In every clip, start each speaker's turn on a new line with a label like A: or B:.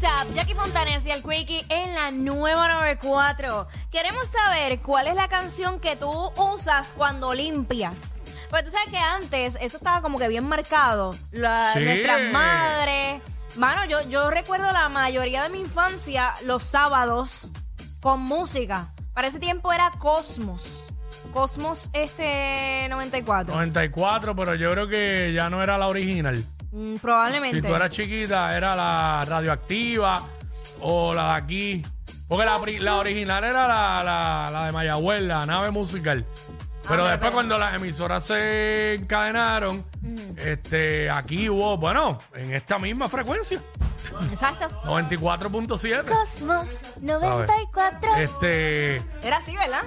A: WhatsApp. Jackie Fontanes y el Quickie en la nueva 94. Queremos saber cuál es la canción que tú usas cuando limpias. Pues tú sabes que antes eso estaba como que bien marcado. La-
B: Sí.
A: Nuestras madres. Mano, yo, yo recuerdo la mayoría de mi infancia los sábados con música. Para ese tiempo era Cosmos. Cosmos este 94.
B: 94, pero yo creo que ya no era la original.
A: Mm, probablemente.
B: Si tú eras chiquita, era la radioactiva o la de aquí. Porque la, pri- la original era la, la- la de Mayagüez, la nave musical. Pero
A: Ah,
B: después
A: pero-
B: cuando las emisoras se encadenaron, este, aquí hubo, bueno, en esta misma frecuencia,
A: Exacto.
B: 94.7.
A: Cosmos 94.
B: Este, eh,
A: Era así, ¿verdad?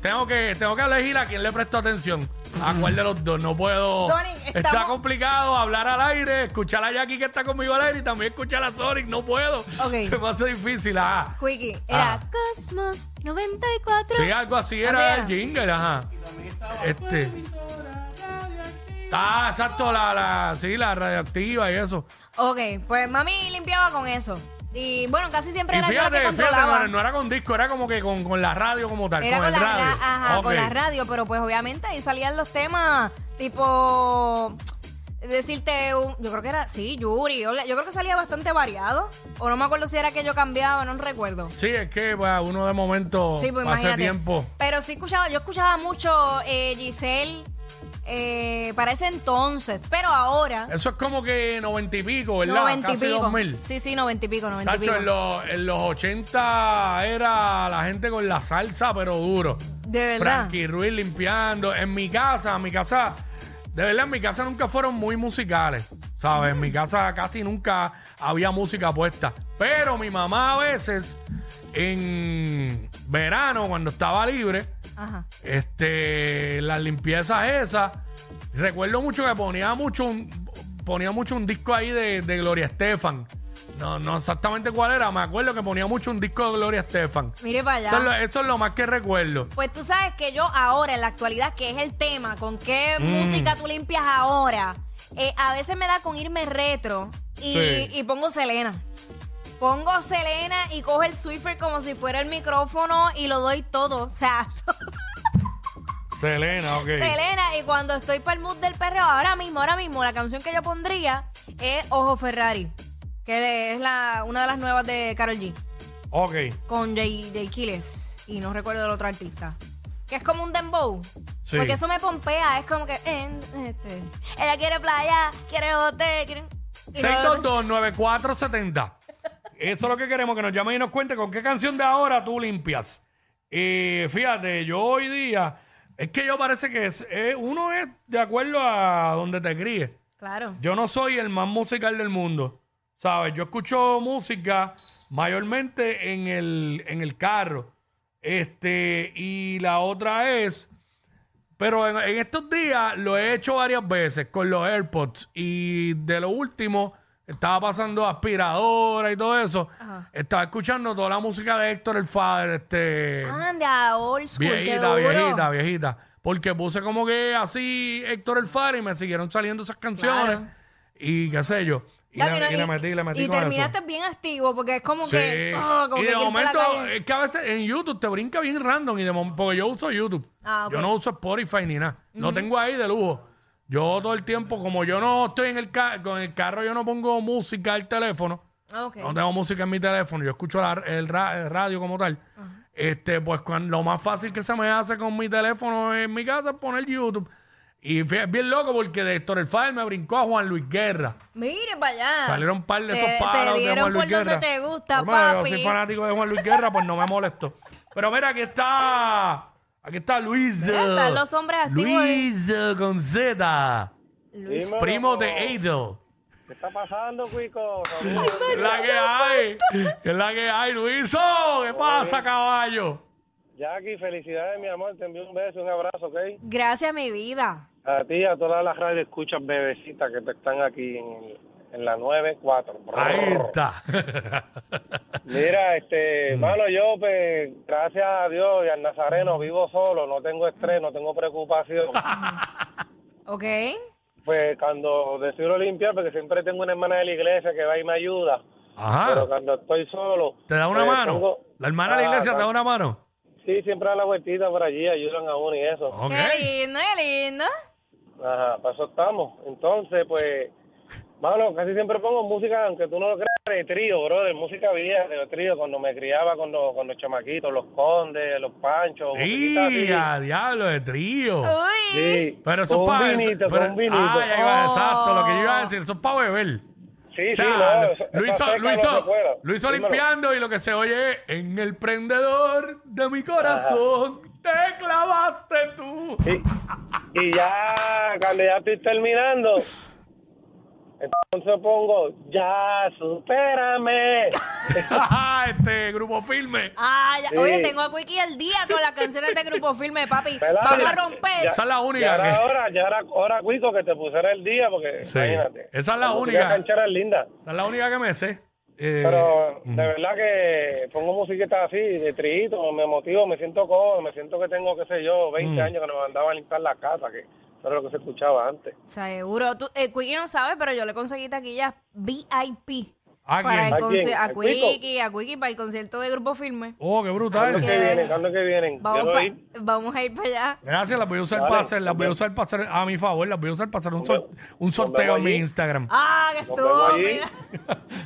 B: tengo que, tengo que elegir a quién le presto atención. ¿A cuál de los dos? No puedo.
A: Sonic,
B: Está
A: estamos-
B: complicado hablar al aire, escuchar a Jackie que está conmigo al aire y también escuchar a Sonic. No puedo.
A: Ok.
B: Se me hace difícil. Ajá.
A: Quickie, era
B: Ah.
A: Cosmos 94.
B: Sí, algo
A: Así
B: así era
A: era.
B: el jingle, ajá. Este. Ah, exacto, la, la, sí, la radioactiva y eso.
A: Ok, pues mami limpiaba con eso. Y bueno, casi siempre
B: Y
A: era yo la
B: fíjate,
A: que
B: fíjate,
A: controlaba.
B: no, no era con disco, era como que con, con la radio como tal,
A: Era
B: con
A: con
B: el
A: la,
B: radio.
A: ra- ajá, con
B: Ok.
A: la radio, pero pues obviamente ahí salían los temas tipo decirte un- yo creo que era sí Yuri yo, le- yo creo que salía bastante variado o no me acuerdo si era que yo cambiaba no recuerdo
B: Sí, es que pues, uno de momento
A: sí pues
B: hace
A: imagínate
B: tiempo.
A: pero sí escuchaba yo escuchaba mucho eh, Giselle eh, para ese entonces pero ahora
B: Eso es como que noventa y pico, ¿verdad?
A: noventa y
B: Pues Casi
A: pico
B: dos mil.
A: sí sí noventa y pico noventa y
B: Tacho,
A: pico
B: en los, en los 80 era la gente con la salsa, pero duro.
A: de verdad
B: Frankie Ruiz limpiando. En mi casa, en mi casa, de verdad, en mi casa nunca fueron muy musicales, ¿sabes? En mi
A: Mm.
B: casa casi nunca había música puesta. Pero mi mamá a veces, en verano, cuando estaba libre,
A: ajá
B: este, las limpiezas esas, recuerdo mucho que ponía mucho un, ponía mucho un disco ahí de, de Gloria Estefan. No, no exactamente cuál era, me acuerdo que ponía mucho un disco de Gloria Estefan.
A: mire para allá
B: Eso es, lo, eso es lo más que recuerdo.
A: Pues tú sabes que yo ahora, en la actualidad, que es el tema, con qué
B: Mm.
A: música tú limpias ahora, eh, a veces me da con irme retro y,
B: Sí.
A: y pongo Selena. Pongo Selena y cojo el Swiffer como si fuera el micrófono y lo doy todo. O sea,
B: Selena, ok.
A: Selena. Y cuando estoy para el mood del perreo, ahora mismo, ahora mismo, la canción que yo pondría es Ojo Ferrari, que es la, una de las nuevas de Carol G
B: Ok.
A: con Jay, Jay Quiles y no recuerdo el otro artista. Que es como un dembow.
B: Sí.
A: Porque eso me pompea, es como que. eh, este, ella quiere playa, quiere bote, quiere. y no-
B: 6229470. Eso es lo que queremos, que nos llamen y nos cuente con qué canción de ahora tú limpias. Y fíjate, yo hoy día, es que yo parece que es, eh, uno es de acuerdo a donde te críes.
A: Claro.
B: Yo no soy el más musical del mundo, ¿sabes? Yo escucho música mayormente en el, en el carro. Este, y la otra es, pero en, en estos días lo he hecho varias veces con los AirPods y de lo último estaba pasando aspiradora y todo eso.
A: Ajá.
B: Estaba escuchando toda la música de Héctor el Father, este
A: Ah, Anda, old school. qué
B: viejita,
A: duro.
B: viejita, viejita. Porque puse como que así Héctor el Faro y me siguieron saliendo esas canciones.
A: Claro.
B: Y qué sé yo. Y,
A: Ya,
B: le,
A: mira,
B: y le metí, le metí
A: y
B: con
A: terminaste
B: eso.
A: bien activo porque es como
B: Sí.
A: que. oh, como
B: y
A: que
B: de
A: quiero ir para la
B: momento, eh,
A: calle.
B: es que a veces en YouTube te brinca bien random. Y de mom- porque yo uso YouTube.
A: Ah, ok.
B: Yo no uso Spotify ni nada. Lo tengo ahí de lujo. Yo todo el tiempo, como yo no estoy en el, ca- con el carro, yo no pongo música al teléfono.
A: Ah, ok.
B: No tengo música en mi teléfono, yo escucho la- el, ra- el radio como tal. Este, pues cuan- lo más fácil que se me hace con mi teléfono en mi casa es poner YouTube. Y fí- es bien loco porque de Héctor El Fader me brincó a Juan Luis Guerra.
A: Mire para allá.
B: Salieron un par de
A: Ah. Te-
B: esos palos
A: Te
B: de Juan
A: dieron
B: Luis
A: por
B: Guerra.
A: donde te gusta,
B: Pero, mira,
A: papi.
B: Yo soy fanático de Juan Luis Guerra, pues no me molesto. Pero mira, aquí está. Aquí está Luis.
A: Mira, están
B: eh,
A: los hombres activos
B: Luis eh, con Z.
A: Luis.
C: Dímelo,
B: Primo de Adel.
C: ¿Qué está pasando, Cuico?
B: Es la que hay. Es la que hay, Luiso. ¿Qué pasa, caballo?
C: Jackie, felicidades, mi amor. Te envío un beso, un abrazo, ¿ok?
A: Gracias, mi vida.
C: A ti y a todas las radio escuchas bebecitas que te están aquí en, en la 94.
B: Ahí
C: Oh.
B: está. Mm.
C: Mira, este, mano, yo, pues, gracias a Dios y al Nazareno, vivo solo, no tengo estrés, no tengo preocupación.
A: ¿Ok?
C: Pues cuando decido limpiar, porque siempre tengo una hermana de la iglesia que va y me ayuda.
B: Ajá.
C: Pero cuando estoy solo.
B: Ah. ¿Te da una
C: pues,
B: mano?
C: pongo-
B: ¿La hermana de la
C: Ah,
B: iglesia te da
C: claro.
B: una mano?
C: Sí, siempre da la vueltita por allí, ayudan a uno y eso.
B: Ok.
A: Qué lindo, qué lindo.
C: Ajá, para eso estamos. Entonces, pues, mano, casi siempre pongo música, aunque tú no lo creas, de trío, bro, de música vieja, de trío, cuando me criaba con los, con los chamaquitos, los condes, los panchos.
B: ¡Y
C: musiquita así.
B: a diablo de trío!
A: Uy.
C: Sí,
B: Pero eso es
C: con
B: para.
C: un vinito,
B: pero-
C: con un vinito.
B: ah, ya iba,
A: Oh.
B: exacto, lo que yo iba a decir, eso es para beber. O
C: sí, sí,
B: sea,
C: no, eso-
B: lo
C: esa
B: hizo,
C: seca
B: lo
C: no se
B: hizo,
C: puede.
B: lo hizo
C: Dímelo.
B: limpiando y lo que se oye es: En el prendedor de mi corazón te clavaste tú.
C: Y, y ya, cuando ya estoy terminando, entonces pongo, ya, supérame.
B: este grupo firme.
A: Ah, ya-
C: Sí.
A: Oye, tengo a Quickie el día con las canciones de Grupo Firme, papi.
C: Pelada.
A: Vamos a romper.
C: Ya.
B: Esa es la única.
C: Ya
B: que-
C: era hora, ya era hora, Cuico, que te pusiera el día, porque
B: Sí,
C: imagínate.
B: esa es la
C: música
B: única.
C: canchera es linda.
B: esa es la única que me sé. Eh,
C: Pero de verdad que pongo musiquita así, de trillito, me motivo, me siento cómodo, me siento que tengo, qué sé yo, 20
B: Mm.
C: años que nos mandaban a limpiar la casa, que eso era lo que se escuchaba antes.
A: Seguro. Tú, eh, Quickie no sabe, pero yo le conseguí taquillas VIP.
B: ¿A
A: para el
B: Ah, quién?
C: ¿A quién?
A: conci- A
C: ¿Al Quico?
A: Quickie, a Quickie, para el concierto de Grupo Firme.
B: Oh, qué
C: ¿Cuándo
B: brutal.
C: es
A: Qué
C: que vienen?
A: bello.
C: ¿Cuándo es que vienen?
A: Vamos,
C: Quiero
A: pa-
C: ir.
A: vamos a ir para allá.
B: Gracias, las voy a usar
C: Dale.
B: para hacer, las voy a usar para hacer a mi favor, las voy a usar para hacer un, sor- un sorteo
C: vemos
B: en mi
C: allí.
B: Instagram.
A: Ah, que
C: Nos vemos
A: estuvo.
C: allí.
A: mira.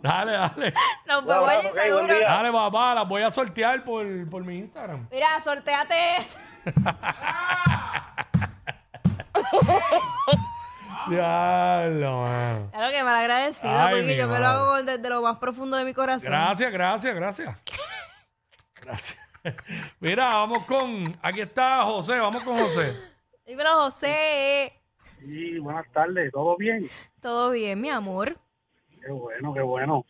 B: dale, dale.
A: Nos
C: Un
A: vemos allí,
C: abrazo, ok, buen
A: seguro.
C: día.
B: Dale, papá, las voy a sortear por, por mi Instagram.
A: Mira, sorteate. esto.
B: Diablo, mano.
A: Claro que mal agradecido,
B: Ay, mi
A: Quickie. Yo me lo
B: madre.
A: hago con- desde lo más profundo de mi corazón.
B: Gracias, gracias, gracias. Gracias. Mira, vamos con. Aquí está José, vamos con José.
A: Dímelo, José.
D: Sí, buenas tardes, ¿todo bien?
A: Todo bien, mi amor.
D: Qué bueno, qué bueno.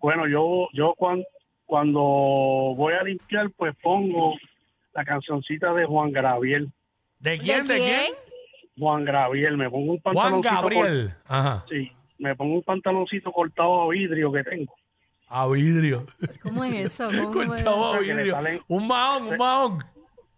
D: Bueno, yo yo cuan- cuando voy a limpiar, pues pongo la cancioncita de Juan Gabriel.
B: ¿De quién? ¿De quién?
D: Juan Gabriel, me pongo un
B: Juan
D: pantaloncito. cort-
B: Gabriel. Ajá.
D: sí, me pongo un pantaloncito cortado a vidrio que tengo.
B: A vidrio.
A: ¿Cómo es eso? ¿Cómo es?
B: Cortado a
D: que le
B: vidrio.
D: salen-
B: Un mahón, un mahón.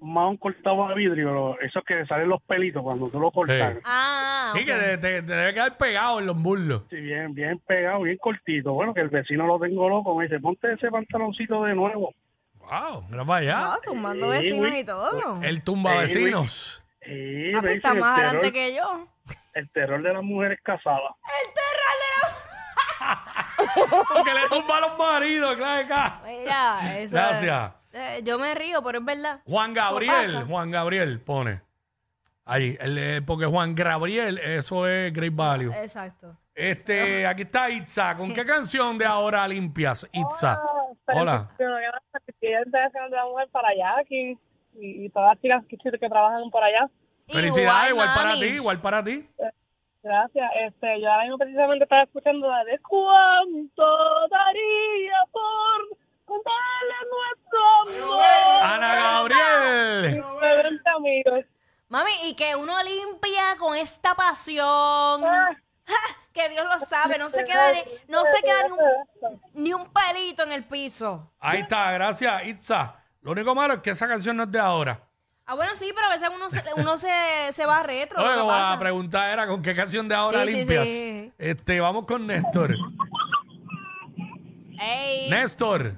D: Un mahón cortado a vidrio, lo- esos que le salen los pelitos cuando tú lo cortas.
B: Sí.
A: Ah,
B: Sí, que
A: ok.
B: te, te- te debe quedar pegado en los burlos.
D: Sí, bien, bien pegado, bien cortito. Bueno, que el vecino lo tengo loco, me dice, ponte ese pantaloncito de nuevo.
B: Wow, mira para allá.
A: Ah, tumbando
D: Sí,
A: vecinos
D: güey.
A: y todo.
B: Pues, El tumba
D: Sí, güey.
B: vecinos.
D: Sí,
A: Ah,
D: me
A: pues
D: dice,
A: está
D: el
A: más adelante
D: terror-
A: que yo.
D: el terror de las mujeres casadas.
B: Porque le tumba a los maridos, claro que acá.
A: Mira, eso.
B: Gracias.
A: eh, yo me río, pero es verdad.
B: Juan
A: pasa.
B: Gabriel, Juan Gabriel pone. Ahí, el, eh, porque Juan Gabriel, eso es Great Value.
A: Exacto.
B: Este, aquí está Itza. ¿Con qué canción de ahora limpias, Itza? Hola.
E: Pero que nada, que ella está dejando a la mujer para allá aquí, y, y todas las chicas que, que trabajan por allá.
B: Felicidades, igual para
A: mami.
B: ti, igual para ti.
E: Gracias. Este, yo ahora mismo precisamente estaba escuchando la de cuánto daría por contarle nuestro amor.
B: Ana Gabriel.
E: Bebé, amigos.
A: Mami, y que uno limpia con esta pasión. ¡Ja! Que Dios lo sabe, no se queda ni, no se queda ni un, ni un pelito en el piso.
B: Ahí está, gracias, Itza. Lo único malo es que esa canción no es de ahora.
A: Ah, bueno, sí, pero a veces uno se, uno se, se va retro.
B: Oye,
A: lo que
B: como la
A: pasa.
B: pregunta era con qué canción de ahora
A: Sí, sí,
B: limpias.
A: sí.
B: Este, vamos con Néstor.
A: Ey,
B: Néstor,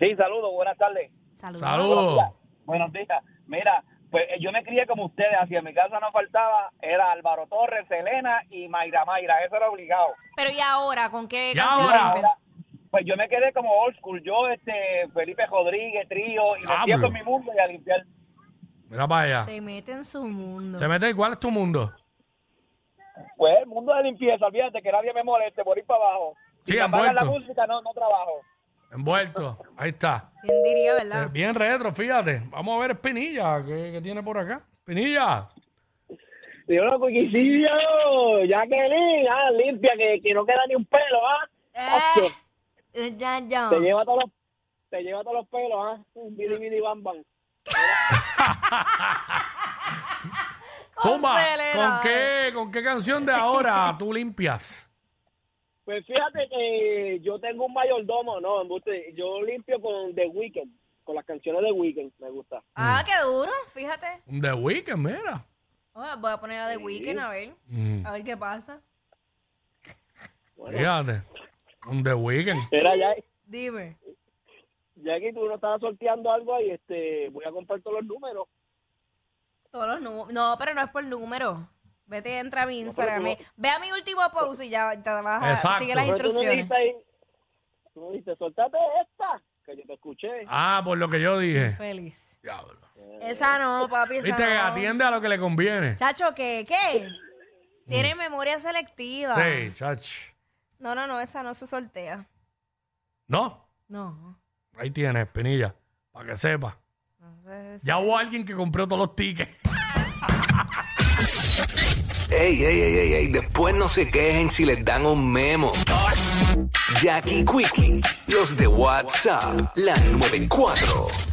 F: Sí, saludos, buenas tardes.
A: saludos.
B: saludos.
F: Buenos días. Mira, pues eh, yo me crié como ustedes, así en mi casa no faltaba, era Álvaro Torres, Selena y Mayra Mayra, eso era obligado.
A: Pero ¿y ahora? ¿Con qué
B: ¿Y
A: canción
B: ahora?
A: limpias?
F: Pues yo me quedé como old school, yo, este, Felipe Rodríguez, Trío, y me
B: Diablo.
F: siento en mi mundo y a limpiar.
B: Mira para allá.
A: Se mete en su mundo.
B: Se mete, ¿cuál es tu mundo?
F: Pues el mundo de limpieza, olvídate que nadie me moleste por ir para abajo.
B: Sí,
F: Si me
B: han
F: apagan la
B: vuelto.
F: música, no, no trabajo.
B: Envuelto. Ahí está.
A: ¿Quién diría,
B: Eh,
A: verdad?
B: Bien retro, fíjate. Vamos a ver Espinilla, que, tiene por acá. Espinilla.
F: Dímelo, Cuquisillo, Jacqueline, ah, limpia, que, que no queda ni un pelo, ¿ah?
A: Eh, eh, ya, ya.
F: Te lleva todos los, te lleva todos los pelos, ¿ah? Un bidi bidi bam bam.
B: Zumba, ¿con
A: Acelera.
B: qué, ¿con qué canción de ahora tú limpias?
F: Pues fíjate que yo tengo un mayordomo, no, embuste. yo limpio con The Weeknd, con las canciones de Weeknd, me gusta.
A: Ah, qué duro, fíjate.
B: Un The Weeknd, mira.
A: Oh, voy a poner Ah, la de Weekend a ver.
B: Mm,
A: A ver qué pasa.
B: Fíjate. Un The Weeknd.
G: Era ya,
A: Dime.
G: ya que tú no estabas sorteando algo ahí, este, voy a compartir los números.
A: Todos los nu- No, pero no es por número. Vete, entra a mi Instagram. eh. Ve a mi último post y ya te vas a-
B: Exacto.
A: sigue las
G: Pero tú no
A: instrucciones.
G: dijiste ahí, tú no dijiste, soltate esta, que yo te escuché.
B: Ah, por lo que yo dije.
A: Feliz.
B: Diablo.
G: Eh.
A: Esa no, papi, esa
B: Viste que
A: no.
B: atiende a lo que le conviene.
A: Chacho, ¿qué? ¿Qué? Tiene memoria selectiva.
B: Sí, chach.
A: No, no, no, esa no se sortea.
B: No,
A: No.
B: ahí tienes, Pinilla. Para que sepa.
A: no se-
B: Ya hubo alguien que compró todos los tickets.
H: Ey, ey, ey, ey, ey, después no se quejen si les dan un memo. Jackie Quickie, los de WhatsApp, la 94.